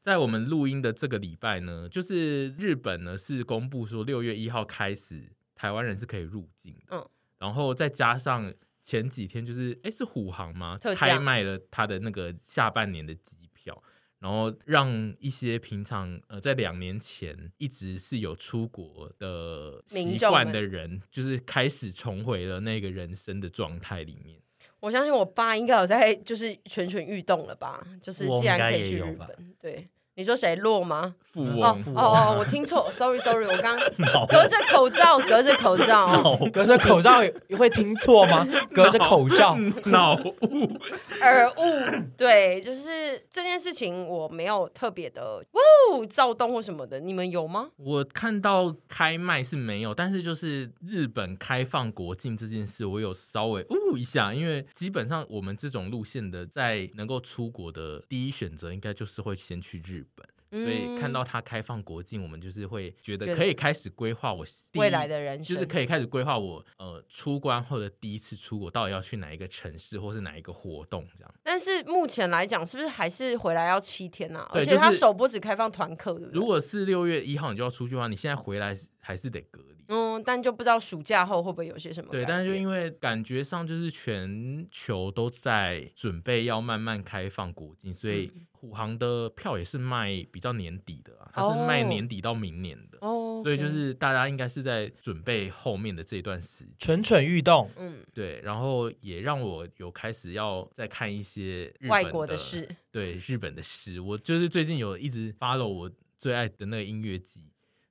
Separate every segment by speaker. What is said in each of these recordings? Speaker 1: 在我们录音的这个礼拜呢，就是日本呢是公布说六月一号开始，台湾人是可以入境的。
Speaker 2: 嗯
Speaker 1: 然后再加上前几天就是，哎，是虎航吗？
Speaker 2: 特价
Speaker 1: 开卖了他的那个下半年的机票，然后让一些平常呃在两年前一直是有出国的习
Speaker 2: 民众
Speaker 1: 惯
Speaker 2: 们
Speaker 1: 的人，就是开始重回了那个人生的状态里
Speaker 2: 嗯
Speaker 1: 面。
Speaker 2: 我相信我爸应该有在就是蠢蠢欲动了吧？就是
Speaker 3: 我
Speaker 2: 既然
Speaker 3: 应该
Speaker 2: 可以
Speaker 3: 也
Speaker 2: 去
Speaker 3: 有
Speaker 2: 日
Speaker 3: 吧
Speaker 2: 本，对你说谁落吗？
Speaker 1: 富
Speaker 3: 嗯
Speaker 1: 翁，
Speaker 2: 哦
Speaker 3: 富
Speaker 2: 哦哦，我听错，sorry sorry，我刚
Speaker 3: 脑
Speaker 2: 隔着口罩，隔着口 罩哦，
Speaker 3: 脑隔着口罩会听错 吗？隔着口罩，
Speaker 1: 脑雾，
Speaker 2: 耳雾，对，就是这件事情我没有特别的哇哦躁动或什么的，你们有吗？
Speaker 1: 我看到开卖是没有，但是就是日本开放国境这件事，我有稍微呜一下，因为基本上我们这种路线的，在能够出国的第一选择，应该就是会先去日本。所
Speaker 2: 嗯
Speaker 1: 以看到它开放国境，我们就是会觉
Speaker 2: 觉
Speaker 1: 得
Speaker 2: 得
Speaker 1: 可以开始规划我第一
Speaker 2: 未来的人生
Speaker 1: 就是可以开始规划我呃出关后的第一次出国到底要去哪一个城市或是哪一个活动这样。
Speaker 2: 但是目前来讲，是不是还是回来要七天啊？
Speaker 1: 对
Speaker 2: 而且
Speaker 1: 就是
Speaker 2: 他首播只开放团客，对不
Speaker 1: 如
Speaker 2: 对？
Speaker 1: 果是六月一号你就要出去的话，你现在回来还是得隔离。
Speaker 2: 嗯，但就不知道暑假后会不会有些什么改
Speaker 1: 对，
Speaker 2: 变。
Speaker 1: 但是就因为感觉上就是全球都在准备要慢慢开放国境，所以
Speaker 2: 嗯
Speaker 1: 虎航的票也是卖比较年底的、啊，它是卖
Speaker 2: 哦
Speaker 1: 年底到明年的，
Speaker 2: 哦，
Speaker 1: 所以就是大家应该是在准备后面的这段时间。
Speaker 3: 蠢蠢欲动。
Speaker 2: 嗯，
Speaker 1: 对，然后也让我有开始要再看一些日
Speaker 2: 外
Speaker 1: 本
Speaker 2: 国
Speaker 1: 的
Speaker 2: 的，事，
Speaker 1: 对日本的事。我就是最近有一直 follow 我最爱的那个音乐季，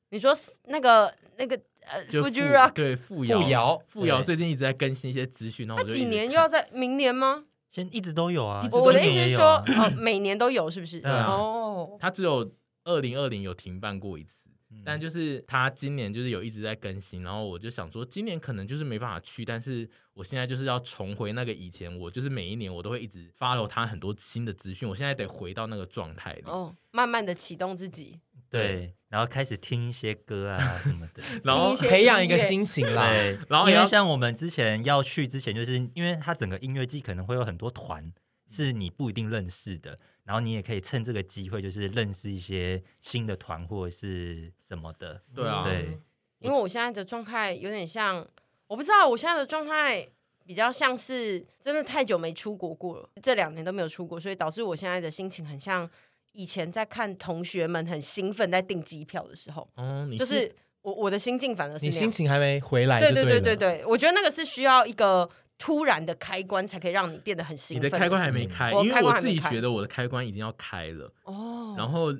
Speaker 2: 你说那个那个呃
Speaker 1: 就富
Speaker 2: ，Fuji Rock，
Speaker 1: 对富
Speaker 3: 富
Speaker 1: 瑶
Speaker 3: 瑶，
Speaker 1: 富瑶
Speaker 3: 对
Speaker 1: 最近一直在更新一些资讯，然后
Speaker 2: 那
Speaker 1: 我就
Speaker 2: 几
Speaker 1: 一直
Speaker 2: 年
Speaker 1: 看
Speaker 2: 又要在明年吗？
Speaker 3: 现在一直都有啊
Speaker 1: 一，直
Speaker 2: 我
Speaker 1: 都
Speaker 2: 我的
Speaker 3: 今
Speaker 2: 意
Speaker 3: 年
Speaker 2: 思是
Speaker 3: 也有
Speaker 2: 说
Speaker 3: 啊，
Speaker 2: 呃，每年都有，是不是？
Speaker 3: 对 啊
Speaker 2: 哦，
Speaker 1: 它只有二零二零有停办过一次，
Speaker 3: 嗯
Speaker 1: 但就是它今年就是有一直在更新，然后我就想说，今年可能就是没办法去，但是我现在就是要重回那个以前，我就是每一年我都会一直 follow 它很多新的资讯，我现在得回到那个状态里。
Speaker 2: 哦，慢慢的启动自己，
Speaker 3: 对，然后开始听一些歌啊什么的，
Speaker 1: 然后
Speaker 2: 听些
Speaker 3: 培养一个
Speaker 2: 音乐
Speaker 3: 心情啦。
Speaker 1: 对，然后也
Speaker 3: 因
Speaker 1: 要
Speaker 3: 为像我们之前要去之前，就是因为它整个音乐季可能会有很多团是你不一定认识的，然后你也可以趁这个机会，就是认识一些新的团或者是什么的。
Speaker 1: 对啊，
Speaker 3: 嗯对，
Speaker 2: 因为我现在的状态有点像，我不知道我现在的状态比较像是真的太久没出国过了，这两年都没有出国，所以导致我现在的心情很像以前在看同学们很兴奋在订机票的时候，
Speaker 1: 哦，你
Speaker 2: 就是我我的心境反而是
Speaker 3: 你
Speaker 2: 那样
Speaker 3: 心。情还没回来就
Speaker 2: 对对
Speaker 3: 对
Speaker 2: 对对对，我觉得那个是需要一个突然的开关才可以让你变得很兴
Speaker 1: 你
Speaker 2: 奋
Speaker 1: 的
Speaker 2: 事情。
Speaker 1: 开关还没开，
Speaker 2: 我
Speaker 1: 因为
Speaker 2: 开关
Speaker 1: 我
Speaker 2: 还
Speaker 1: 自
Speaker 2: 没
Speaker 1: 己
Speaker 2: 开
Speaker 1: 觉得我的开关已经要开了，
Speaker 2: 哦，
Speaker 1: 然后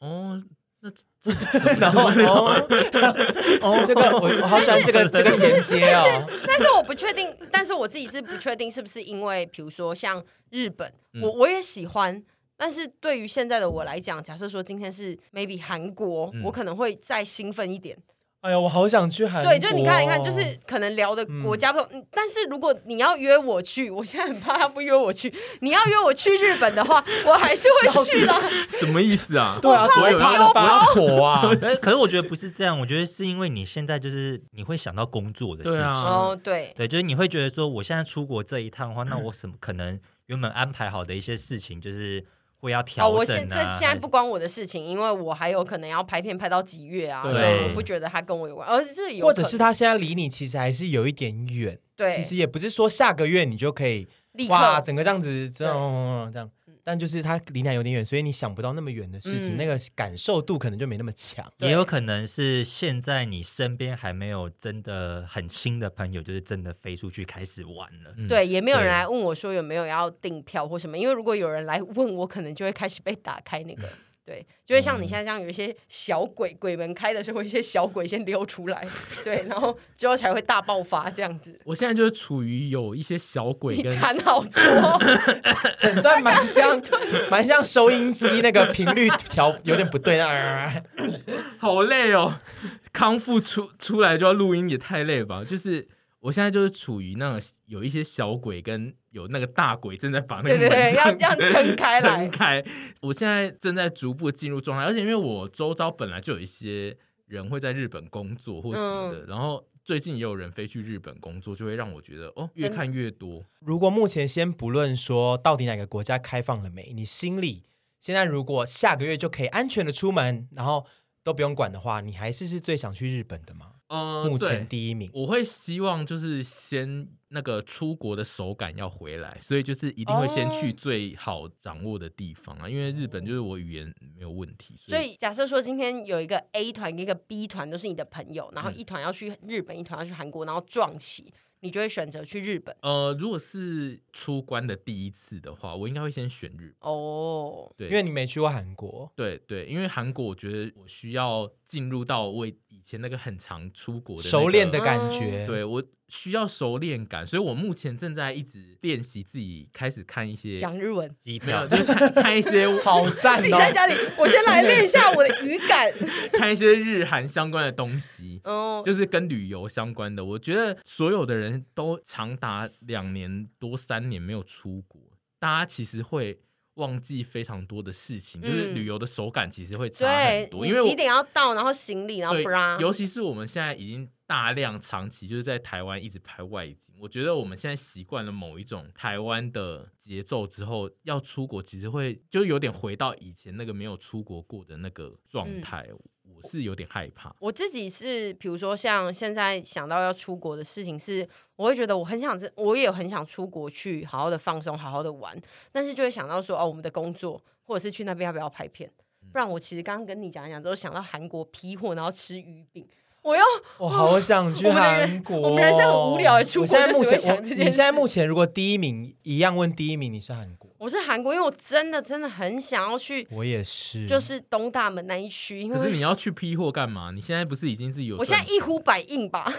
Speaker 1: 哦，那这
Speaker 3: 然后哦哦，这个我我好喜欢这个这个衔接哦。
Speaker 2: 但是我不确定，但是我自己是不确定是不是因为，比如说像日本，我
Speaker 1: 嗯
Speaker 2: 我也喜欢。但是对于现在的我来讲，假设说今天是 maybe 韩国，
Speaker 1: 嗯
Speaker 2: 我可能会再兴奋一点。
Speaker 3: 哎呀，我好想去韩国哦。
Speaker 2: 对，就你看一看，就是可能聊的国家不同。嗯但是如果你要约我去，我现在很怕他不约我去。你要约我去日本的话，我还是会去的。
Speaker 1: 什么意思啊？
Speaker 3: 对啊，
Speaker 1: 我
Speaker 3: 多
Speaker 1: 有
Speaker 3: 怕
Speaker 1: 要
Speaker 3: 了八婆 啊！可是可是我觉得不是这样，我觉得是因为你现在就是你会想到工作的事
Speaker 1: 对
Speaker 3: 情，
Speaker 1: 啊
Speaker 2: 哦，对，
Speaker 3: 对，就是你会觉得说，我现在出国这一趟的话，那我什么可能原本安排好的一些事情，就是会要调
Speaker 2: 哦，我
Speaker 3: 整
Speaker 2: 现这
Speaker 3: 啊。
Speaker 2: 现在不关我的事情，因为我还有可能要拍片拍到几月啊，
Speaker 1: 对
Speaker 2: 所以我不觉得它跟我有关，而是有
Speaker 3: 或者
Speaker 2: 可
Speaker 3: 是他现在离你其实还是有一点远，
Speaker 2: 对
Speaker 3: 其实也不是说下个月你就可以
Speaker 2: 立刻
Speaker 3: 哇，整个这样子这样这样，但就是他离你还有点远，所以你想不到那么远的事情，
Speaker 2: 嗯
Speaker 3: 那个感受度可能就没那么强。
Speaker 2: 对对
Speaker 3: 也有。
Speaker 2: 对
Speaker 3: 也有可能是现在你身边还没有真的很亲的朋友，就是真的飞出去开始玩了。
Speaker 1: 嗯
Speaker 2: 对，也没有人
Speaker 3: 对
Speaker 2: 来问我说有没有要订票或什么，因为如果有人来问我，可能就会开始被打开 那个，对，就会
Speaker 1: 嗯
Speaker 2: 像你现在这样，有一些小鬼鬼门开的时候，一些小鬼先溜出来， 对，然后之后才会大爆发这样子。
Speaker 1: 我现在就是处于有一些小鬼
Speaker 2: 你
Speaker 1: 跟
Speaker 2: 谈好 多，
Speaker 3: 整段 蛮像，蛮像收音机那个频率调有点不 对，那
Speaker 1: 好累哦，康复出出来就要录音，也太累了吧？就是我现在就是处于那种有一些小鬼跟有那个大鬼正在把那个
Speaker 2: 对对对
Speaker 1: 门这样
Speaker 2: 要要撑开来
Speaker 1: 撑开。我现在正在逐步进入状态，而且因为我周遭本来就有一些人会在日本工作或什么
Speaker 2: 嗯
Speaker 1: 的，然后最近也有人飞去日本工作，就会让我觉得哦，越看越多。
Speaker 3: 如果目前先不论说到底哪个国家开放了没，你心里
Speaker 4: 现在如果下个月就可以安全的出门，然后都不用管的话，你还是是最想去日本的吗？
Speaker 2: 呃
Speaker 1: 嗯，
Speaker 4: 目前
Speaker 1: 对
Speaker 4: 第一名，
Speaker 1: 我会希望就是先那个出国的手感要回来，所以就是一定会先去
Speaker 4: 哦
Speaker 1: 最好掌握的地方啊，因为日本就是我语言没有问题，
Speaker 2: 所以假设说今天有一个 A 团跟一个 B 团都是你的朋友，然后
Speaker 1: 嗯
Speaker 2: 一团要去日本，一团要去韩国，然后撞齐，你就会选择去日本
Speaker 1: 呃，如果是出关的第一次的话，我应该会先选日本。
Speaker 2: 哦。
Speaker 1: 对，
Speaker 4: 因为你没去过韩国，
Speaker 1: 对对，因为韩国我觉得我需要进入到我以前那个很常出国的、
Speaker 4: 熟练的感觉。
Speaker 1: 对我需要熟练感，所以我目前正在一直练习自己开始看一些，
Speaker 2: 讲日文，
Speaker 3: 机
Speaker 1: 没有
Speaker 3: 票
Speaker 1: 就是看看一些
Speaker 4: 好赞
Speaker 2: 自己在
Speaker 4: 哦！
Speaker 2: 家里，我先来练一下我的语 感。
Speaker 1: 看一些日韩相关的东西。
Speaker 2: 哦，
Speaker 1: 就是跟旅游相关的，我觉得所有的人都长达两年多、三年没有出国，大家其实会忘记非常多的事情，就是
Speaker 2: 嗯
Speaker 1: 旅游的手感其实会差很
Speaker 2: 对，
Speaker 1: 多，
Speaker 2: 你
Speaker 1: 因为我
Speaker 2: 几点要到，然后行李，然后
Speaker 1: 对
Speaker 2: bra，，
Speaker 1: 尤其是我们现在已经大量长期就是在台湾一直拍外景，我觉得我们现在习惯了某一种台湾的节奏之后，要出国其实会就有点回到以前那个没有出国过的那个
Speaker 2: 嗯
Speaker 1: 状态，我是有点害怕。
Speaker 2: 我自己是，比如说像现在想到要出国的事情是，我会觉得我很想，我也很想出国去好好的放松，好好的玩，但是就会想到说，哦，我们的工作或者是去那边要不要拍片？
Speaker 1: 嗯
Speaker 2: 不然我其实刚刚跟你讲一讲之后，想到韩国批货，然后吃鱼饼，我又
Speaker 4: 我好想去韩国哦，
Speaker 2: 我们人我们人生很无聊出国
Speaker 4: 我现在
Speaker 2: 就
Speaker 4: 目
Speaker 2: 只会
Speaker 4: 前，
Speaker 2: 想
Speaker 4: 我
Speaker 2: 这件
Speaker 4: 你现在
Speaker 2: 事
Speaker 4: 目前如果第一名一样问第一名，你是韩国，
Speaker 2: 我是韩国，因为我真的真的很想要去，
Speaker 4: 我也是，
Speaker 2: 就是东大门那一区，因
Speaker 1: 嗯可是
Speaker 2: 为
Speaker 1: 你要去批货干嘛？你现在不是已经是有
Speaker 2: 我现在
Speaker 1: 赚
Speaker 2: 一呼百应吧，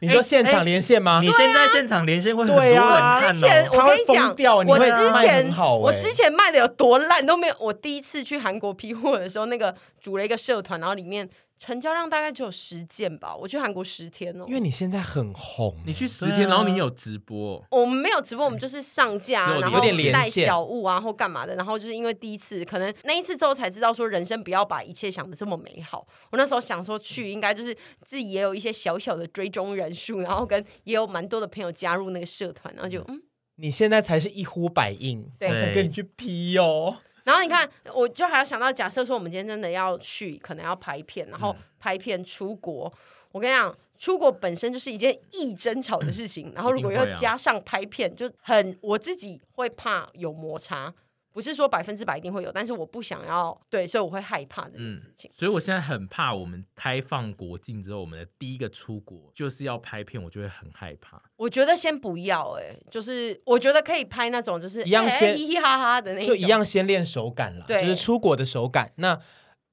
Speaker 4: 你
Speaker 2: 哎
Speaker 4: 说现场连线吗？
Speaker 3: 你现
Speaker 2: 啊
Speaker 3: 在现场连线会很多
Speaker 4: 对
Speaker 3: 人
Speaker 4: 啊
Speaker 2: 之
Speaker 3: 看
Speaker 2: 前
Speaker 3: 哦。
Speaker 2: 我跟
Speaker 4: 他会
Speaker 2: 讲
Speaker 4: 疯，掉你
Speaker 2: 我
Speaker 4: 会
Speaker 2: 之
Speaker 4: 卖
Speaker 2: 前
Speaker 4: 很好
Speaker 2: 我
Speaker 4: 欸
Speaker 2: 之前卖的有多烂都没有。我第一次去韩国批货的时候，那个组了一个社团，然后里面成交量大概只有十件吧。我去韩国十天哦
Speaker 4: 因，为你现在很红，
Speaker 1: 你去十
Speaker 3: 对
Speaker 1: 天，
Speaker 3: 啊
Speaker 1: 然后你有直播哦、
Speaker 2: 我们没有直播，我们就是上架
Speaker 1: 只
Speaker 2: 啊，
Speaker 1: 有连
Speaker 2: 然后
Speaker 4: 有点连
Speaker 2: 带
Speaker 4: 线
Speaker 2: 小物啊或干嘛的。然后就是因为第一次，可能那一次之后才知道说人生不要把一切想的这么美好。我那时候想说去应该就是自己也有一些小小的追踪人数，然后跟也有蛮多的朋友加入那个社团，然后就嗯
Speaker 4: 你现在才是一呼百应，
Speaker 2: 对
Speaker 4: 我想跟你去批哦。
Speaker 2: 然后你看，我就还要想到，假设说我们今天真的要去，可能要拍片，然
Speaker 4: 嗯
Speaker 2: 后拍片出国。我跟你讲，出国本身就是一件易争吵的事
Speaker 4: 嗯
Speaker 2: 情，然后如果
Speaker 1: 一定会
Speaker 2: 又
Speaker 1: 啊
Speaker 2: 加上拍片，就很我自己会怕有摩擦。不是说百分之百一定会有，但是我不想要对，所以我会害怕这件事
Speaker 4: 嗯
Speaker 2: 情。
Speaker 1: 所以我现在很怕，我们开放国境之后，我们的第一个出国就是要拍片，我就会很害怕。
Speaker 2: 我觉得先不要、欸，就是我觉得可以拍那种就是
Speaker 4: 一样
Speaker 2: 哎
Speaker 4: 先
Speaker 2: 嘻嘻哈哈的那
Speaker 4: 就
Speaker 2: 种
Speaker 4: 一样先练手感啦，
Speaker 2: 对
Speaker 4: 就是出国的手感。那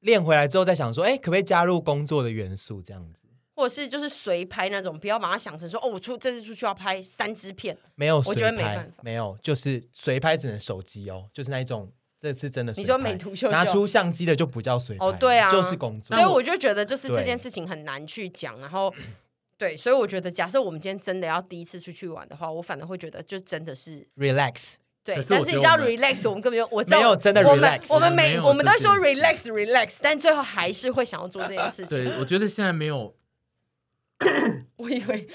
Speaker 4: 练回来之后再想说，哎，可不可以加入工作的元素这样子？
Speaker 2: 或者是就是随拍那种，不要把它想成说哦，我出这次出去要拍三支片，
Speaker 4: 没有，
Speaker 2: 我觉得没办法
Speaker 4: 没有，就是随拍只能手机哦，就是那一种。这次真的随拍，
Speaker 2: 你说美图秀秀
Speaker 4: 拿出相机的就不叫随拍，
Speaker 2: 哦对啊
Speaker 4: 就是工作
Speaker 2: 所以。我就觉得，就是
Speaker 4: 对
Speaker 2: 这件事情很难去讲。然后，对，所以我觉得，假设我们今天真的要第一次出去玩的话，我反而会觉得，就真的是
Speaker 4: relax，
Speaker 2: 对
Speaker 1: 可。是我
Speaker 2: 但是你
Speaker 1: 觉得
Speaker 2: 知道
Speaker 1: 我们
Speaker 2: ，relax，我们根本就我知道
Speaker 4: 没有真的
Speaker 2: 我们
Speaker 4: relax
Speaker 2: 我们
Speaker 1: 没
Speaker 2: 每
Speaker 1: 有
Speaker 2: 我们都
Speaker 1: 这
Speaker 2: 说
Speaker 1: 件事
Speaker 2: relax relax，但最后还是会想要做这件事情。
Speaker 1: 对，我觉得现在没有
Speaker 2: 我以为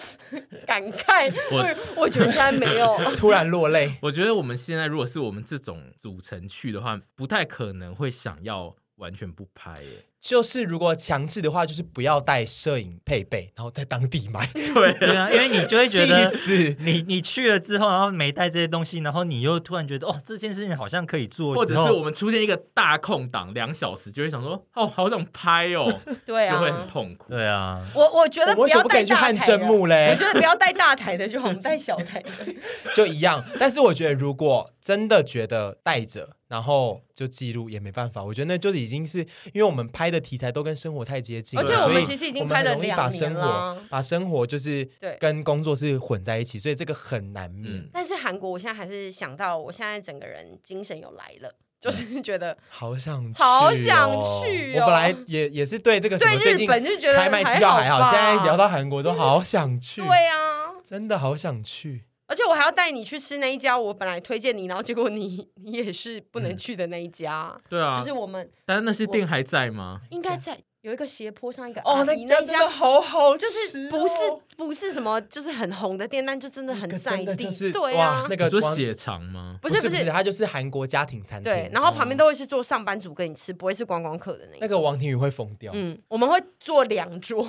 Speaker 2: 感慨，
Speaker 1: 我。
Speaker 2: 我我觉得现在没有。
Speaker 4: 突然落泪
Speaker 1: 我觉得我们现在如果是我们这种组成去的话，不太可能会想要完全不拍耶。
Speaker 4: 就是如果强制的话，就是不要带摄影配备，然后在当 地买，
Speaker 3: 对啊，因为你就会觉得
Speaker 4: 气死。
Speaker 3: 你你去了之后，然后没带这些东西，然后你又突然觉得哦，这件事情好像可以做，
Speaker 1: 或者
Speaker 3: 然
Speaker 1: 是
Speaker 3: 后
Speaker 1: 我们出现一个大空档两小时，就会想说哦，好想拍哦，
Speaker 2: 对
Speaker 1: 就会很
Speaker 2: 啊，
Speaker 1: 痛苦。
Speaker 3: 对啊，
Speaker 2: 我我 觉得
Speaker 4: 我们为什么
Speaker 2: 要
Speaker 4: 不可
Speaker 2: 带
Speaker 4: 以去
Speaker 2: 大
Speaker 4: 汗
Speaker 2: 台
Speaker 4: 蒸
Speaker 2: 的。
Speaker 4: 木
Speaker 2: 我
Speaker 4: 嘞？
Speaker 2: 觉得不要带大台的就好，我们带小台的。
Speaker 4: 就一样。但是我觉得，如果真的觉得带着，然后就记录也没办法。我觉得那就是已经是因为我们拍的题材都跟生活太接近了，
Speaker 2: 而且
Speaker 1: 我们
Speaker 4: 所以
Speaker 2: 其实已经
Speaker 4: 我们很
Speaker 2: 拍了
Speaker 4: 容易
Speaker 2: 两
Speaker 4: 把
Speaker 2: 年
Speaker 4: 生活
Speaker 2: 了
Speaker 4: 把生活就是
Speaker 2: 对
Speaker 4: 跟工作是混在一起，所以这个很难免。
Speaker 1: 嗯
Speaker 2: 但是韩国，我现在还是想到，我现在整个人精神有来了，
Speaker 4: 嗯
Speaker 2: 就是觉得
Speaker 4: 好想去、哦
Speaker 2: 好想去哦
Speaker 4: 我本来也也是对这个什
Speaker 2: 对
Speaker 4: 么最
Speaker 2: 日
Speaker 4: 近
Speaker 2: 本就觉得
Speaker 4: 开麦机票还好，
Speaker 2: 吧
Speaker 4: 现在聊到韩国都好想去，
Speaker 2: 对啊，
Speaker 4: 真的好想去。
Speaker 2: 而且我还要带你去吃那一家，我本来推荐你，然后结果你你也是不
Speaker 4: 嗯
Speaker 2: 能去的那一家，
Speaker 1: 对啊，
Speaker 2: 就是我们
Speaker 1: 但是那些店还在吗？
Speaker 2: 应该在有一个斜坡上一个
Speaker 4: 啊哦，
Speaker 2: 阿
Speaker 4: 那
Speaker 2: 姨
Speaker 4: 家
Speaker 2: 啊那
Speaker 4: 真的好好吃
Speaker 2: 就
Speaker 4: 哦、
Speaker 2: 是不是不是什么，就是很红的店，但就真的很
Speaker 4: 可
Speaker 2: 在
Speaker 4: 真的
Speaker 2: 地，
Speaker 4: 就是
Speaker 2: 对
Speaker 4: 哇
Speaker 2: 啊，
Speaker 4: 那，个
Speaker 1: 你说
Speaker 4: 光
Speaker 1: 血肠吗？
Speaker 2: 不
Speaker 4: 不
Speaker 2: 是
Speaker 4: 是
Speaker 2: 不
Speaker 4: 不它就是韩国家庭餐厅。
Speaker 2: 对，然后旁边都会是坐上班族跟你吃，不会是观光客的那一
Speaker 4: 嗯那
Speaker 2: 种。
Speaker 4: 个王庭宇会疯掉，
Speaker 2: 嗯，我们会坐两桌。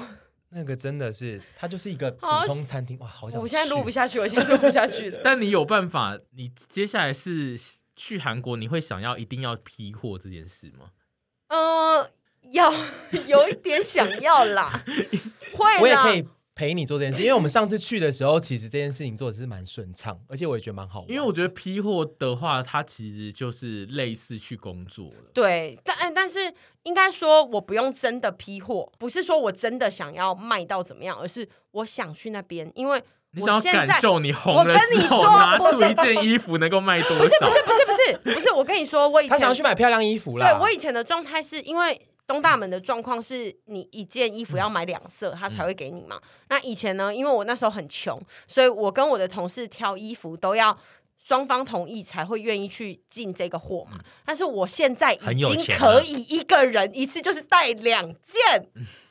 Speaker 4: 那个真的是它就是一个普
Speaker 2: 好
Speaker 4: 通餐厅，哇，好想
Speaker 2: 我现在录
Speaker 4: 去
Speaker 2: 不下去，我现在录不下去了。
Speaker 1: 但你有办法？你接下来是去韩国，你会想要一定要批货这件事吗？
Speaker 2: 嗯，要 有一点想要 啦，
Speaker 4: 我
Speaker 2: 会
Speaker 4: 也
Speaker 2: 啦
Speaker 4: 可。以陪你做这件事，因为我们上次去的时候，其实这件事情做的是蛮顺畅，而且我也觉得蛮好玩。
Speaker 1: 因为我觉得批货的话，它其实就是类似去工作了。
Speaker 2: 对，但但是应该说，我不用真的批货，不是说我真的想要卖到怎么样，而是我想去那边，因为
Speaker 1: 你想
Speaker 2: 我
Speaker 1: 要
Speaker 2: 现在
Speaker 1: 感受你红
Speaker 2: 我
Speaker 1: 了
Speaker 2: 跟你
Speaker 1: 之后，
Speaker 2: 说
Speaker 1: 拿
Speaker 2: 不
Speaker 1: 出
Speaker 2: 是
Speaker 1: 一件衣服能够卖多
Speaker 2: 不是不
Speaker 1: 少？
Speaker 2: 是不是不是不是，我跟你说，我以
Speaker 4: 他
Speaker 2: 前
Speaker 4: 想要去买漂亮衣服啦，
Speaker 2: 对我以前的状态是因为东大门的状况是你一件
Speaker 4: 嗯
Speaker 2: 衣服要买两色，他才会给你嘛。那以前呢，因为我那时候很穷，所以我跟我的同事挑衣服都要。双方同意才会愿意去进这个货
Speaker 4: 嗯
Speaker 2: 嘛？但是我现在已
Speaker 3: 很有
Speaker 2: 经
Speaker 3: 钱
Speaker 2: 可
Speaker 3: 了
Speaker 2: 以一个人一次就是带两件，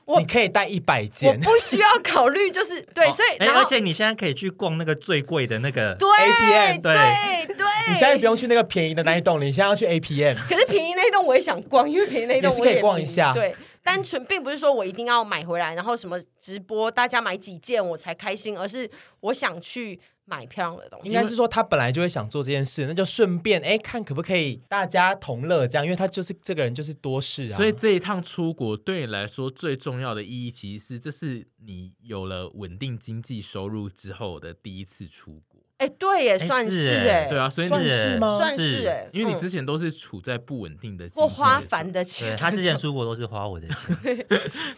Speaker 2: 我
Speaker 4: 你可以带一百
Speaker 2: 我
Speaker 4: 件
Speaker 2: 不需要考虑，就是对，
Speaker 3: 哦
Speaker 2: 所以
Speaker 3: 哎
Speaker 2: 然后
Speaker 3: 而且你现在可以去逛那个最贵的那个，
Speaker 2: 对
Speaker 4: ATM
Speaker 2: 对
Speaker 3: 对
Speaker 2: 对，
Speaker 4: 你现在不用去那个便宜的那一栋，你现在要 去 APM。
Speaker 2: 可是便宜那一栋我也想逛，因为便宜那一栋
Speaker 4: 也是
Speaker 2: 我
Speaker 4: 可以逛
Speaker 2: 迷
Speaker 4: 一下
Speaker 2: 对，单纯并不是说我一定要买回来，然后什么直播大家买几件我才开心，而是我想去买漂亮的东
Speaker 4: 应
Speaker 2: 西。
Speaker 4: 该是说他本来就会想做这件事，那就顺便哎看可不可以大家同乐这样，因为他就是这个人就是多事啊。
Speaker 1: 所以这一趟出国对你来说最重要的意义，其实是这是你有了稳定经济收入之后的第一次出国。
Speaker 2: 哎、对耶，
Speaker 3: 哎
Speaker 2: 算
Speaker 3: 是
Speaker 2: 是哎，
Speaker 1: 对啊，所以
Speaker 4: 算
Speaker 1: 你
Speaker 4: 是
Speaker 3: 是
Speaker 4: 吗
Speaker 2: 算是哎，
Speaker 1: 因为你
Speaker 2: 嗯
Speaker 1: 之前都是处在不稳定的经济
Speaker 2: 或花
Speaker 1: 的
Speaker 2: 繁的
Speaker 3: 对
Speaker 2: 钱，
Speaker 3: 他之前出国都是花我的钱，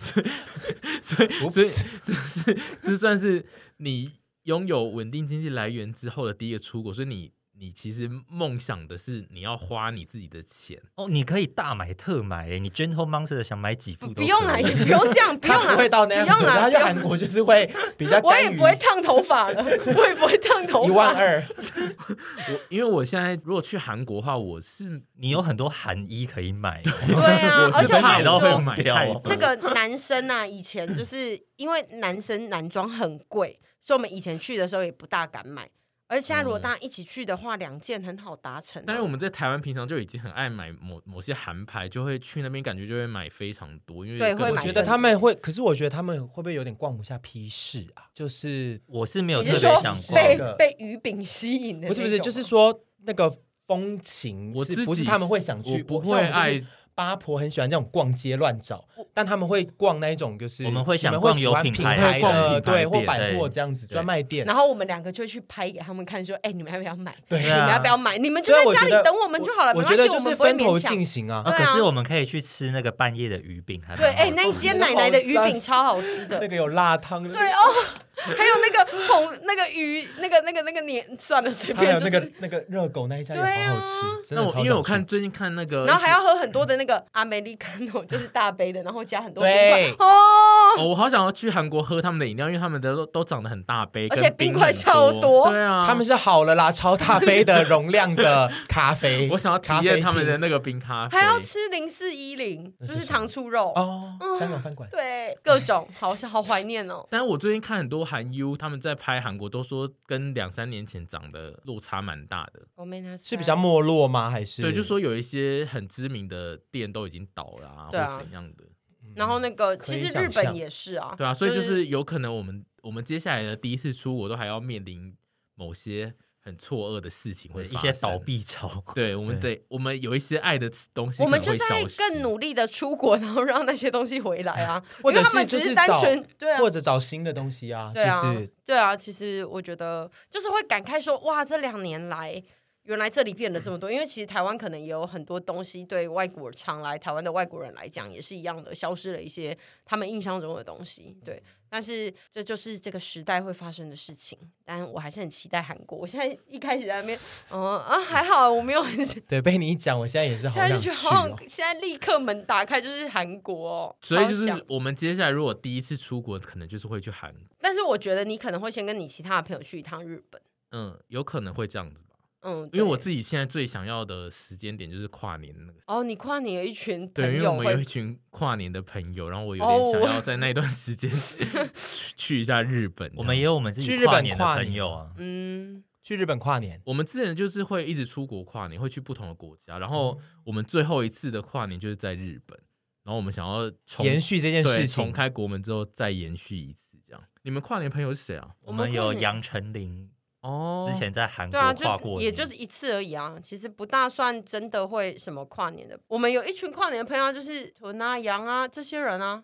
Speaker 1: 所以
Speaker 4: Oops
Speaker 1: 所以这是这算是你拥有稳定经济来源之后的第一个出国，所以你你其实梦想的是你要花你自己的钱，
Speaker 3: 哦，你可以大买特买，哎你 Gentle Monster 想买几副
Speaker 2: 不不
Speaker 3: 都
Speaker 2: 用
Speaker 3: 可
Speaker 2: 啦，
Speaker 3: 以欸
Speaker 2: 也不用这样，不用
Speaker 4: 他
Speaker 2: 啦，
Speaker 4: 不会到那样子，
Speaker 2: 不用啦，啊
Speaker 4: 他
Speaker 2: 不
Speaker 4: 去
Speaker 2: 用
Speaker 4: 韩国就是会比较
Speaker 2: 我
Speaker 4: 甘
Speaker 2: 也
Speaker 4: 于
Speaker 2: 不会啊烫头发了，我也不会烫头发，
Speaker 4: 一万二，
Speaker 1: 我因为我现在如果去韩国的话，我是
Speaker 3: 你有很多韩衣可以买，哦
Speaker 2: 对啊，
Speaker 1: 我
Speaker 2: 而
Speaker 1: 是
Speaker 2: 且我
Speaker 1: 怕我
Speaker 2: 跟你
Speaker 1: 到会
Speaker 2: 说，
Speaker 1: 买太多
Speaker 2: 那个男生啊，以前就是因为男生男装很贵，所以我们以前去的时候也不大敢买。而现在如果
Speaker 4: 嗯
Speaker 2: 大家一起去的话，两件很好达成啊、
Speaker 1: 但是我们在台湾平常就已经很爱买某某些韩牌，就会去那边感觉就会买非常多，因为
Speaker 2: 对
Speaker 1: 根本
Speaker 2: 会
Speaker 4: 我
Speaker 2: 买
Speaker 4: 觉得他们会，可是我觉得他们会不会有点逛不下批市啊？就是
Speaker 3: 我是没有
Speaker 2: 你
Speaker 3: 特
Speaker 2: 是
Speaker 3: 别
Speaker 2: 说
Speaker 3: 想
Speaker 2: 被
Speaker 3: 逛
Speaker 4: 的
Speaker 2: 被鱼饼吸引的那种吗？啊
Speaker 4: 不是不是，就是说那个风情，
Speaker 1: 我自己
Speaker 4: 不是他们会想去，
Speaker 1: 我不会
Speaker 4: 像我就是
Speaker 1: 爱
Speaker 4: 八婆很喜欢这种逛街乱找，但他们会逛那一种就是
Speaker 3: 我们会想
Speaker 4: 你
Speaker 3: 逛
Speaker 4: 喜
Speaker 3: 有
Speaker 4: 欢
Speaker 3: 品
Speaker 4: 品
Speaker 1: 的
Speaker 4: 的，
Speaker 3: 牌
Speaker 1: 逛
Speaker 4: 对，
Speaker 1: 品牌
Speaker 4: 或
Speaker 1: 店
Speaker 4: 百货
Speaker 3: 对
Speaker 4: 这样子
Speaker 3: 对
Speaker 4: 专卖店。
Speaker 2: 然后我们两个就去拍给他们看，说：“哎、你们要不要买？
Speaker 4: 对
Speaker 2: 你
Speaker 3: 啊
Speaker 2: 们要不要买？你们就
Speaker 4: 对
Speaker 2: 在
Speaker 4: 啊我
Speaker 2: 家
Speaker 4: 觉
Speaker 2: 里
Speaker 4: 得
Speaker 2: 等我们就好了。
Speaker 4: 我
Speaker 2: 没
Speaker 4: 觉
Speaker 2: 关系
Speaker 4: 得
Speaker 2: 我们
Speaker 4: 就是
Speaker 2: 不会
Speaker 4: 分头
Speaker 2: 勉强
Speaker 4: 进行啊，
Speaker 3: 啊，
Speaker 2: 对啊
Speaker 3: 可是我们可以去吃那个半夜的鱼饼，还
Speaker 2: 对，
Speaker 3: 蛮好
Speaker 2: 哎、那一间奶 奶的鱼饼超好吃的
Speaker 4: 那。个有辣汤的，
Speaker 2: 对哦，还有那个红那个鱼那个那个那个年，算了，随
Speaker 4: 还
Speaker 2: 便
Speaker 4: 有
Speaker 2: 就
Speaker 4: 那
Speaker 2: 是。
Speaker 4: 个那个热狗那一家也
Speaker 2: 对啊
Speaker 4: 好好吃，真
Speaker 1: 那
Speaker 4: 的
Speaker 1: 我
Speaker 4: 超
Speaker 1: 因为我
Speaker 4: 想
Speaker 1: 看
Speaker 4: 去。
Speaker 1: 最近看那个，
Speaker 2: 然后还要喝很多的那个阿美利卡诺， 就是大杯的，然后加很多
Speaker 4: 对
Speaker 2: 冰块哦，
Speaker 1: 哦，我好想要去韩国喝他们的饮料，因为他们的都都长得很大杯，
Speaker 2: 而
Speaker 1: 跟
Speaker 2: 且
Speaker 1: 冰
Speaker 2: 冰块
Speaker 1: 很
Speaker 2: 超多
Speaker 1: 对啊，
Speaker 4: 他们是 好了啦，超大杯的容量的咖啡，
Speaker 1: 我想要体
Speaker 4: 咖啡
Speaker 1: 验
Speaker 4: 厅
Speaker 1: 他们的那个冰咖啡，
Speaker 2: 还要吃零四一零，
Speaker 4: 那
Speaker 2: 就是是
Speaker 4: 什么
Speaker 2: 糖醋肉，
Speaker 4: 哦，香港饭馆。
Speaker 2: 对，各种好好怀念哦。
Speaker 1: 但是我最近看很多韩优他们在拍韩国，都说跟两三年前长得落差蛮大的。
Speaker 2: 我没拿
Speaker 4: 是比较没落吗？还是
Speaker 1: 对，就说有一些很知名的店都已经倒了啊，
Speaker 2: 对啊
Speaker 1: 或怎样的，
Speaker 2: 然后那个
Speaker 4: 可
Speaker 2: 其
Speaker 4: 以
Speaker 2: 实
Speaker 4: 想
Speaker 2: 日本
Speaker 4: 象
Speaker 2: 也是啊，
Speaker 1: 对啊，所以就是有可能我们我们接下来的第一次出国都还要面临某些很错愕的事情会
Speaker 3: 对
Speaker 1: 发
Speaker 3: 一些
Speaker 1: 生
Speaker 3: 倒。闭潮。
Speaker 1: 对，我们得，我们有一些爱的东西，
Speaker 2: 我们就在更。努力的出国，然后让那些东西回来啊，
Speaker 4: 或
Speaker 2: 因为
Speaker 4: 者
Speaker 2: 他
Speaker 4: 是
Speaker 2: 们只
Speaker 4: 就是是
Speaker 2: 单
Speaker 4: 找
Speaker 2: 纯对啊，
Speaker 4: 或者找新的东西啊，就
Speaker 2: 对啊
Speaker 4: 是，
Speaker 2: 对啊，其实我觉得就是会感慨说，哇，这两年来。原来这里变了这么多，因为其实台湾可能也有很多东西对外国人常来台湾的外国人来讲也是一样的，消失了一些他们印象中的东西。对，但是这就是这个时代会发生的事情。但我还是很期待韩国。我现在一开始在那边，嗯啊，还好我没有很，现
Speaker 4: 对，被你一讲，我现在也是好
Speaker 2: 在就
Speaker 4: 想
Speaker 2: 觉
Speaker 4: 去
Speaker 2: 得好
Speaker 4: 哦
Speaker 2: 想，。现在立刻门打开就是韩国、哦，
Speaker 1: 所以就
Speaker 2: 好想
Speaker 1: 是我们接下来如果第一次出国，可能就是会去韩国。
Speaker 2: 但是我觉得你可能会先跟你其他的朋友去一趟日本，
Speaker 1: 嗯，有可能会这样子吧，
Speaker 2: 嗯，
Speaker 1: 因为我
Speaker 2: 对
Speaker 1: 自己现在最想要的时间点就是跨年那个。
Speaker 2: 哦，你跨年有一群
Speaker 1: 对，
Speaker 2: 朋
Speaker 1: 因为
Speaker 2: 友
Speaker 1: 我们有一
Speaker 2: 会
Speaker 1: 群跨年的朋友，然后我有
Speaker 2: 哦
Speaker 1: 点想
Speaker 2: 我
Speaker 1: 要在那一段时 间去去一下日本。
Speaker 3: 我们也
Speaker 1: 有，
Speaker 3: 有我们自己
Speaker 4: 去日本
Speaker 3: 跨年的
Speaker 4: 跨年
Speaker 3: 朋友啊，
Speaker 2: 嗯，
Speaker 4: 去日本跨年，
Speaker 1: 我们之前就是会一直出国跨年，会去不同的国家。然后
Speaker 2: 嗯
Speaker 1: 我们最后一次的跨年就是在日本，然后我们想要重
Speaker 4: 延续这件
Speaker 1: 对
Speaker 4: 事
Speaker 1: 重
Speaker 4: 情。
Speaker 1: 开国门之后再延续一次这样。你们跨年朋友是谁啊？
Speaker 3: 我
Speaker 2: 我们
Speaker 3: 们
Speaker 2: 跨
Speaker 3: 有
Speaker 2: 年
Speaker 3: 杨丞琳
Speaker 1: 哦，
Speaker 3: 之前在韩
Speaker 2: 对啊，
Speaker 3: 国跨
Speaker 2: 就
Speaker 3: 过年，
Speaker 2: 也就是一次而已啊，其实不大算真的会什么跨年的。我们有一群跨年的朋友，就是豚啊、羊啊这些人啊，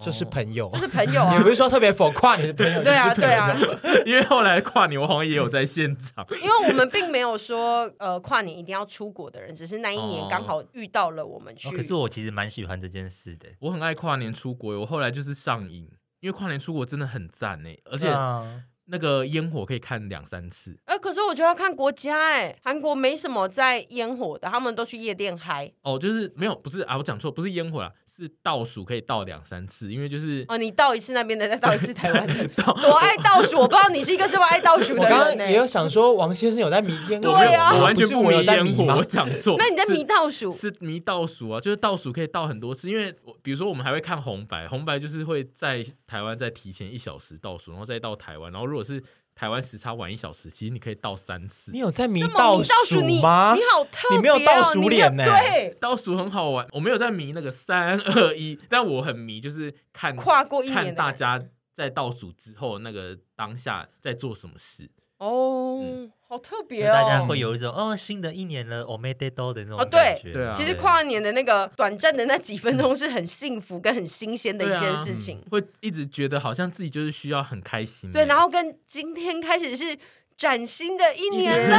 Speaker 4: 就是
Speaker 1: 哦
Speaker 4: 朋友
Speaker 2: 就，是朋友
Speaker 4: 你
Speaker 2: 啊
Speaker 4: 不。是说特别否跨年的 朋友？
Speaker 2: 对啊，对啊，
Speaker 1: 因为后来跨年我好像也有在现场，
Speaker 2: 因为我们并没有说呃跨年一定要出国的人，只是那一
Speaker 1: 哦
Speaker 2: 年刚好遇到了我们去。
Speaker 3: 哦可是我其实蛮喜欢这件事的，
Speaker 1: 我很爱跨年出国，我后来就是上瘾，因为跨年出国真的很赞呢，而
Speaker 3: 而
Speaker 1: 且
Speaker 4: 啊
Speaker 1: 那个烟火可以看两三次。
Speaker 2: 呃，可是我觉得要看国家哎、韩国没什么在烟火的，他们都去夜店嗨。
Speaker 1: 哦，就是没有，不是啊，我讲错，不是烟火啦，是倒数可以倒两三次，因为就是
Speaker 2: 哦，你倒一次那边的，再倒一次台湾的，
Speaker 1: 倒
Speaker 2: 多爱倒数！我不知道你是一个这么爱倒数
Speaker 4: 我
Speaker 2: 的
Speaker 4: 刚
Speaker 2: 人呢、
Speaker 4: 刚也有想说，王先生有在迷烟火，
Speaker 1: 我没有
Speaker 2: 对啊
Speaker 1: 我完全
Speaker 4: 不是
Speaker 1: 不
Speaker 4: 我有
Speaker 1: 迷
Speaker 4: 在
Speaker 1: 烟
Speaker 4: 迷
Speaker 1: 火，
Speaker 4: 吗
Speaker 1: 我？讲错。
Speaker 2: 那你在
Speaker 1: 是
Speaker 2: 迷倒数？
Speaker 1: 是迷倒数啊，就是倒数可以倒很多次，因为我比如说我们还会看红白，红白就是会在台湾再提前一小时倒数，然后再到台湾，然后如果是台湾时差晚一小时，其实你可以倒三次
Speaker 4: 你。有在迷
Speaker 2: 这么迷倒
Speaker 4: 数
Speaker 2: 数你
Speaker 4: 吗
Speaker 2: 你？好特别、哦，
Speaker 4: 你没有倒数脸呢
Speaker 2: 你没有对，
Speaker 1: 倒数很好玩，我没有在迷那个三二一，但我很迷，就是看
Speaker 2: 跨过一年的
Speaker 1: 看
Speaker 2: 人
Speaker 1: 大家在倒数之后那个当下在做什么事。
Speaker 2: 哦，好特别
Speaker 4: 嗯
Speaker 2: 哦。
Speaker 3: 大家会有一种哦，新的一年了，我没得到的那种
Speaker 2: 哦
Speaker 3: 感觉
Speaker 1: 对对啊
Speaker 2: 其实跨年的那个短暂的那几分钟是很幸福跟很新鲜的
Speaker 1: 啊
Speaker 2: 一件事情。
Speaker 4: 嗯
Speaker 1: 会一直觉得好像自己就是需要很开心欸。
Speaker 2: 对，然后跟今天开始是崭新的一
Speaker 4: 嗯
Speaker 2: 年了，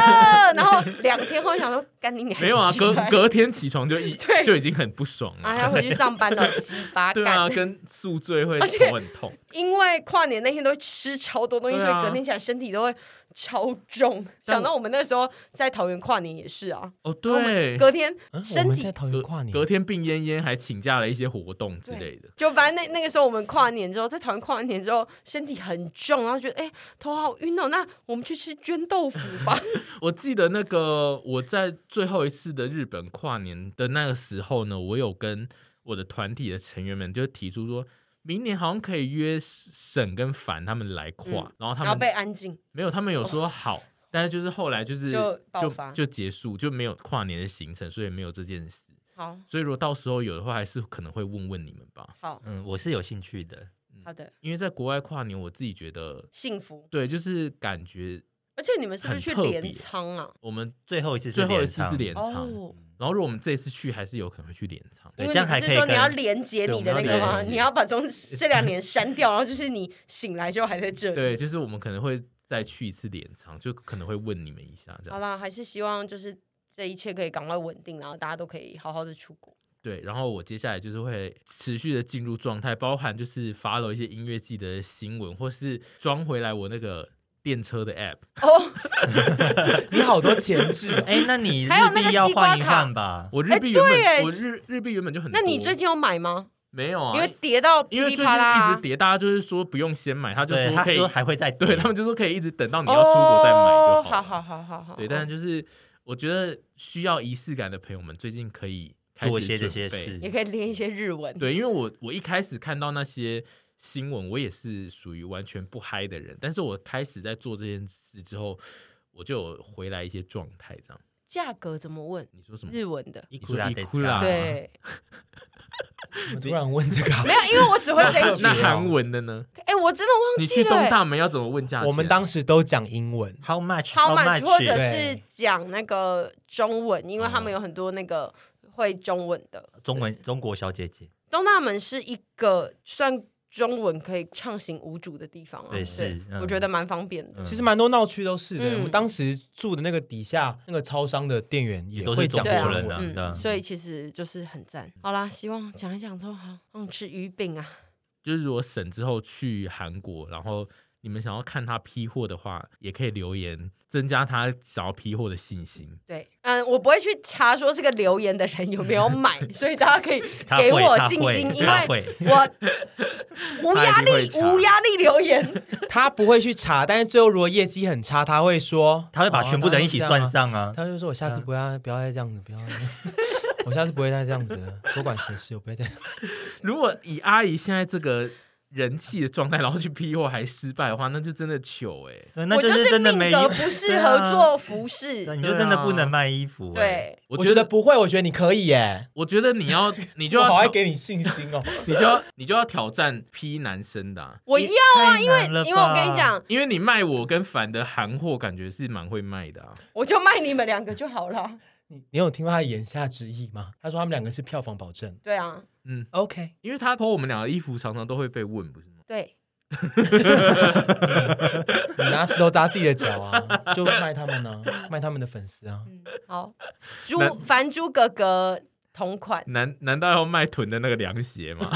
Speaker 2: 然后两天后想说，干你娘！
Speaker 1: 没有啊，隔 隔天起床就一
Speaker 2: 对
Speaker 1: 就已经很不爽
Speaker 2: 啊，还
Speaker 1: 了。
Speaker 2: 要回去上班了，鸡巴
Speaker 1: 对啊，
Speaker 2: 干！
Speaker 1: 跟宿醉会
Speaker 2: 而且
Speaker 1: 头很痛。
Speaker 2: 因为跨年那天都会吃超多东西，
Speaker 1: 对
Speaker 2: 所
Speaker 1: 啊
Speaker 2: 以隔天起来身体都会超重。
Speaker 1: 但
Speaker 2: 想到我们那时候在桃园跨年也是啊，
Speaker 1: 哦，对，
Speaker 2: 隔天
Speaker 4: 嗯我
Speaker 2: 身
Speaker 4: 们
Speaker 2: 体
Speaker 4: 在桃园跨年，
Speaker 1: 隔天病恹恹还请假了一些活动之类的。
Speaker 2: 就反正那那个时候我们跨完年之后，在台湾跨完年之后，身体很重，然后觉得哎、头好晕哦，那我们去吃绢豆腐 吧。
Speaker 1: 我记得那个我在最后一次的日本跨年的那个时候呢，我有跟我的团体的成员们就提出说。明年好像可以约沈跟凡他们来跨，
Speaker 2: 嗯
Speaker 1: 然后他
Speaker 2: 然后
Speaker 1: 们
Speaker 2: 被安静，
Speaker 1: 没有，他们有说好，但是就是后来就是
Speaker 2: 就爆
Speaker 1: 就
Speaker 2: 发
Speaker 1: 就结束，就没有跨年的行程，所以没有这件事。
Speaker 2: 好
Speaker 1: 所以如果到时候有的话，还是可能会问问你们吧，
Speaker 2: 好
Speaker 3: 嗯，我是有兴趣的，
Speaker 2: 好的，
Speaker 1: 因为在国外跨年，我自己觉得
Speaker 2: 幸福。
Speaker 1: 对，就是感觉
Speaker 2: 而且你们是不是去
Speaker 1: 很特别
Speaker 2: 镰仓啊？
Speaker 1: 我们
Speaker 3: 最后一次是
Speaker 1: 最后一次
Speaker 3: 镰
Speaker 1: 是
Speaker 3: 仓
Speaker 1: 镰仓，
Speaker 2: 哦，
Speaker 1: 然后如果我们这一次去，还是有可能会去镰仓。
Speaker 3: 对
Speaker 2: 因为
Speaker 3: 这样
Speaker 2: 你
Speaker 3: 还
Speaker 2: 不
Speaker 3: 可
Speaker 2: 是
Speaker 3: 以
Speaker 2: 说你要
Speaker 3: 跟
Speaker 2: 连接
Speaker 1: 对
Speaker 2: 你的
Speaker 1: 我
Speaker 2: 那
Speaker 1: 们
Speaker 2: 个
Speaker 1: 要
Speaker 2: 吗？
Speaker 1: 连接
Speaker 2: 你要把中 这两年删掉，然后就是你醒来之后还在这里。
Speaker 1: 对，就是我们可能会再去一次镰仓，就可能会问你们一下这样。
Speaker 2: 好啦，还是希望就是这一切可以赶快稳定，然后大家都可以好好的出国。
Speaker 1: 对，然后我接下来就是会持续的进入状态，包含就是发了一些音乐季的新闻，或是装回来我那个电车的 app。
Speaker 2: 哦，
Speaker 4: 你好多前置 哦，
Speaker 3: 哎，那你 日
Speaker 2: 还有那个
Speaker 3: 币要
Speaker 2: 西瓜
Speaker 3: 换一
Speaker 2: 卡
Speaker 3: 换吧，
Speaker 1: 我日币原本、
Speaker 2: 哎对耶
Speaker 1: 我日日币原本就很多，
Speaker 2: 那你最近有买吗？
Speaker 1: 没有啊？
Speaker 2: 因为跌到噼
Speaker 1: 因为
Speaker 2: 里
Speaker 1: 最近
Speaker 2: 啪啦啊，
Speaker 1: 一直跌，大家就是说不用先买，他就
Speaker 3: 对，
Speaker 1: 说
Speaker 3: 他
Speaker 1: 可以
Speaker 3: 说，还嗯会再
Speaker 1: 对
Speaker 3: 跌
Speaker 1: 他们就说可以一直等到你要出国再买就
Speaker 2: 哦
Speaker 1: 好了。
Speaker 2: 好好好好好。
Speaker 1: 对，但是就是我觉得需要仪式感的朋友们，最近可以开始
Speaker 3: 做一些这些
Speaker 1: 准备
Speaker 3: 事
Speaker 2: 也可以练一些日 文。
Speaker 1: 对，因为我我一开始看到那些新闻，我也是属于完全不嗨的人，但是我开始在做这件事之后，我就有回来一些状态。这样，
Speaker 2: 价格怎么问？
Speaker 1: 你说什么？
Speaker 2: 日文的。
Speaker 3: 伊
Speaker 1: 你
Speaker 3: 库
Speaker 1: 说
Speaker 3: 拉
Speaker 1: 伊
Speaker 3: 得
Speaker 1: 库
Speaker 3: 斯
Speaker 1: 拉
Speaker 3: 卡
Speaker 2: 对，
Speaker 4: 怎么突然问这个 啊？
Speaker 2: 没有，因为我只会这一句
Speaker 1: 那。
Speaker 4: 句哦
Speaker 1: 韩文的呢？
Speaker 2: 哎，我真的
Speaker 1: 你
Speaker 2: 忘
Speaker 1: 去
Speaker 2: 记了
Speaker 1: 东
Speaker 2: 欸。
Speaker 1: 大门要怎么问
Speaker 3: 啊
Speaker 1: 价钱？啊
Speaker 4: 我们当时都讲英文，
Speaker 3: ，How much？
Speaker 2: 超满，或者是
Speaker 4: 对
Speaker 2: 讲那个中文，因为他
Speaker 1: 嗯
Speaker 2: 们有很多那个会中文的。
Speaker 3: 中文中国小姐姐，
Speaker 2: 东大门是一个算中文可以畅行无阻的地方啊。
Speaker 3: 对是嗯
Speaker 2: 我觉得蛮方便的。
Speaker 3: 嗯
Speaker 4: 其实蛮多闹区都是的。
Speaker 2: 嗯
Speaker 4: 我们当时住的那个底下那个超商的店员也
Speaker 3: 也都
Speaker 4: 会
Speaker 3: 是
Speaker 4: 讲
Speaker 3: 中
Speaker 2: 国
Speaker 4: 中
Speaker 3: 人啊
Speaker 4: 文。
Speaker 2: 嗯
Speaker 3: 对，
Speaker 2: 所以其实就是很赞。好啦，希望讲一讲之后，好，嗯，吃鱼饼啊。
Speaker 1: 就是如果省之后去韩国，然后你们想要看他批货的话，也可以留言，增加他想要批货的信心。
Speaker 2: 对，嗯，我不会去查说这个留言的人有没有 买，所以大家可以
Speaker 3: 他
Speaker 2: 给
Speaker 3: 会
Speaker 2: 我
Speaker 3: 他
Speaker 2: 信
Speaker 3: 会
Speaker 2: 心，因
Speaker 3: 他
Speaker 2: 为
Speaker 3: 会
Speaker 2: 我无压
Speaker 1: 他一
Speaker 2: 力
Speaker 1: 定会查
Speaker 2: 无压力留言，
Speaker 4: 他不会去查，但是最后如果业绩很差，他会说，
Speaker 3: 他会
Speaker 1: 哦
Speaker 3: 把全部的人一起算上啊。
Speaker 4: 他就说我下次不要不要再这样子，不要再， 我下次不会再这样子了，多管闲事，我不会再。
Speaker 1: 如果以阿姨现在这个人气的状态，然后去批货还失败的话，那就真的糗哎、
Speaker 3: 对，那
Speaker 2: 我
Speaker 3: 就是真的
Speaker 2: 命
Speaker 3: 没衣
Speaker 2: 格
Speaker 3: 服，
Speaker 2: 不
Speaker 3: 对
Speaker 2: 适合
Speaker 3: 啊
Speaker 2: 做服饰，
Speaker 3: 对你就真
Speaker 1: 啊
Speaker 3: 的不能卖衣服。哎，
Speaker 2: 对，
Speaker 1: 我
Speaker 4: 我
Speaker 1: 觉
Speaker 4: 觉得
Speaker 1: 得，
Speaker 4: 不会，我觉得你可以耶，
Speaker 1: 我觉得你 要，你就
Speaker 4: 我
Speaker 1: 要
Speaker 4: 好爱
Speaker 1: 挑，
Speaker 4: 给你信心哦。
Speaker 1: 你就要，你就要挑战批男生的啊、
Speaker 2: 我
Speaker 3: 也
Speaker 2: 要啊，
Speaker 3: 太
Speaker 2: 因为
Speaker 3: 难了
Speaker 2: 因为我跟你
Speaker 3: 吧
Speaker 2: 讲，
Speaker 1: 因为你卖我跟凡的韩货，感觉是蛮会卖的啊。
Speaker 2: 我就卖你们两个就好了。
Speaker 4: 你你有听到他的言下之意吗？他说他们两个是票房保证。
Speaker 2: 对啊，
Speaker 1: 嗯，
Speaker 4: OK，
Speaker 1: 因为他偷我们俩的衣服，常常都会被问，不是吗？
Speaker 2: 对，
Speaker 4: 你拿石头砸自己的脚啊，就卖他们呢、啊，卖他们的粉丝啊。
Speaker 2: 嗯， 好，猪
Speaker 1: 那
Speaker 2: 凡猪格格同款，
Speaker 1: 难难道要卖臀的那个凉鞋 吗？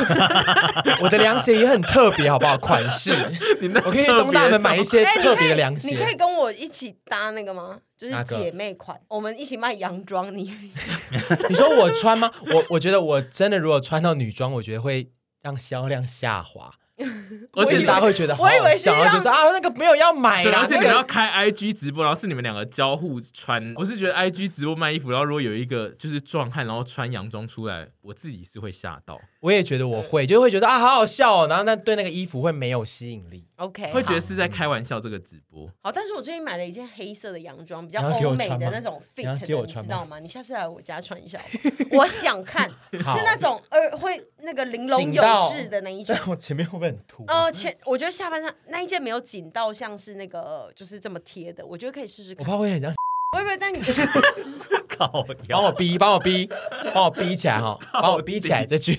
Speaker 4: 我的凉鞋也很特别，好不好？款 式，
Speaker 1: 你那
Speaker 4: 我可以去东大门买一些
Speaker 2: 哎、你
Speaker 4: 特
Speaker 2: 可
Speaker 4: 别的
Speaker 2: 以
Speaker 4: 凉
Speaker 2: 你可以
Speaker 4: 鞋。
Speaker 2: 跟我一起搭那个吗？就是
Speaker 4: 哪个
Speaker 2: 姐妹款，我们一起卖洋装，你
Speaker 4: 你说我穿吗？我我觉得我真的如果穿到女装，我觉得会让销量下滑，
Speaker 1: 而
Speaker 2: 我
Speaker 1: 且
Speaker 2: 以为
Speaker 4: 大家
Speaker 1: 他
Speaker 4: 会觉得好好
Speaker 2: 我以为是
Speaker 4: 笑然后
Speaker 2: 让
Speaker 4: 就是啊，那个没有要买
Speaker 1: 对，
Speaker 4: 啦
Speaker 1: 而，且
Speaker 4: 那
Speaker 1: 你们要
Speaker 4: 个
Speaker 1: 开 IG 直播，然后是你们两个交互穿。我是觉得 IG 直播卖衣服，然后如果有一个就是壮汉，然后穿洋装出来，我自己是会吓到，
Speaker 4: 我也觉得我会，就会觉得啊，好好笑哦。然后那对那个衣服会没有吸引力。
Speaker 2: OK
Speaker 1: 会觉得是在开玩笑。这个直播，
Speaker 2: 好。但是我最近买了一件黑色的洋装，比较
Speaker 4: 你要给我
Speaker 2: 欧美
Speaker 4: 穿
Speaker 2: 的
Speaker 4: 吗
Speaker 2: 那种 fit
Speaker 4: 你要
Speaker 2: 的，
Speaker 4: 借我
Speaker 2: 你
Speaker 4: 穿
Speaker 2: 知
Speaker 4: 吗
Speaker 2: 道吗？你下次来我家穿一下好不好， 我想看，是
Speaker 4: 好
Speaker 2: 那种呃会那个玲珑
Speaker 4: 紧
Speaker 2: 有
Speaker 4: 到
Speaker 2: 致的那一种
Speaker 4: 但。我前面会不会很突？
Speaker 2: 呃，前我觉得下半身那一件没有紧到像是那个就是这么贴的，我觉得可以试试
Speaker 4: 我
Speaker 2: 看。
Speaker 4: 怕会很像。
Speaker 2: 不会不会，但你觉得
Speaker 3: 靠
Speaker 4: 帮
Speaker 3: 腰
Speaker 4: 我逼，帮我逼，帮我逼起来哈，帮我逼起来这句。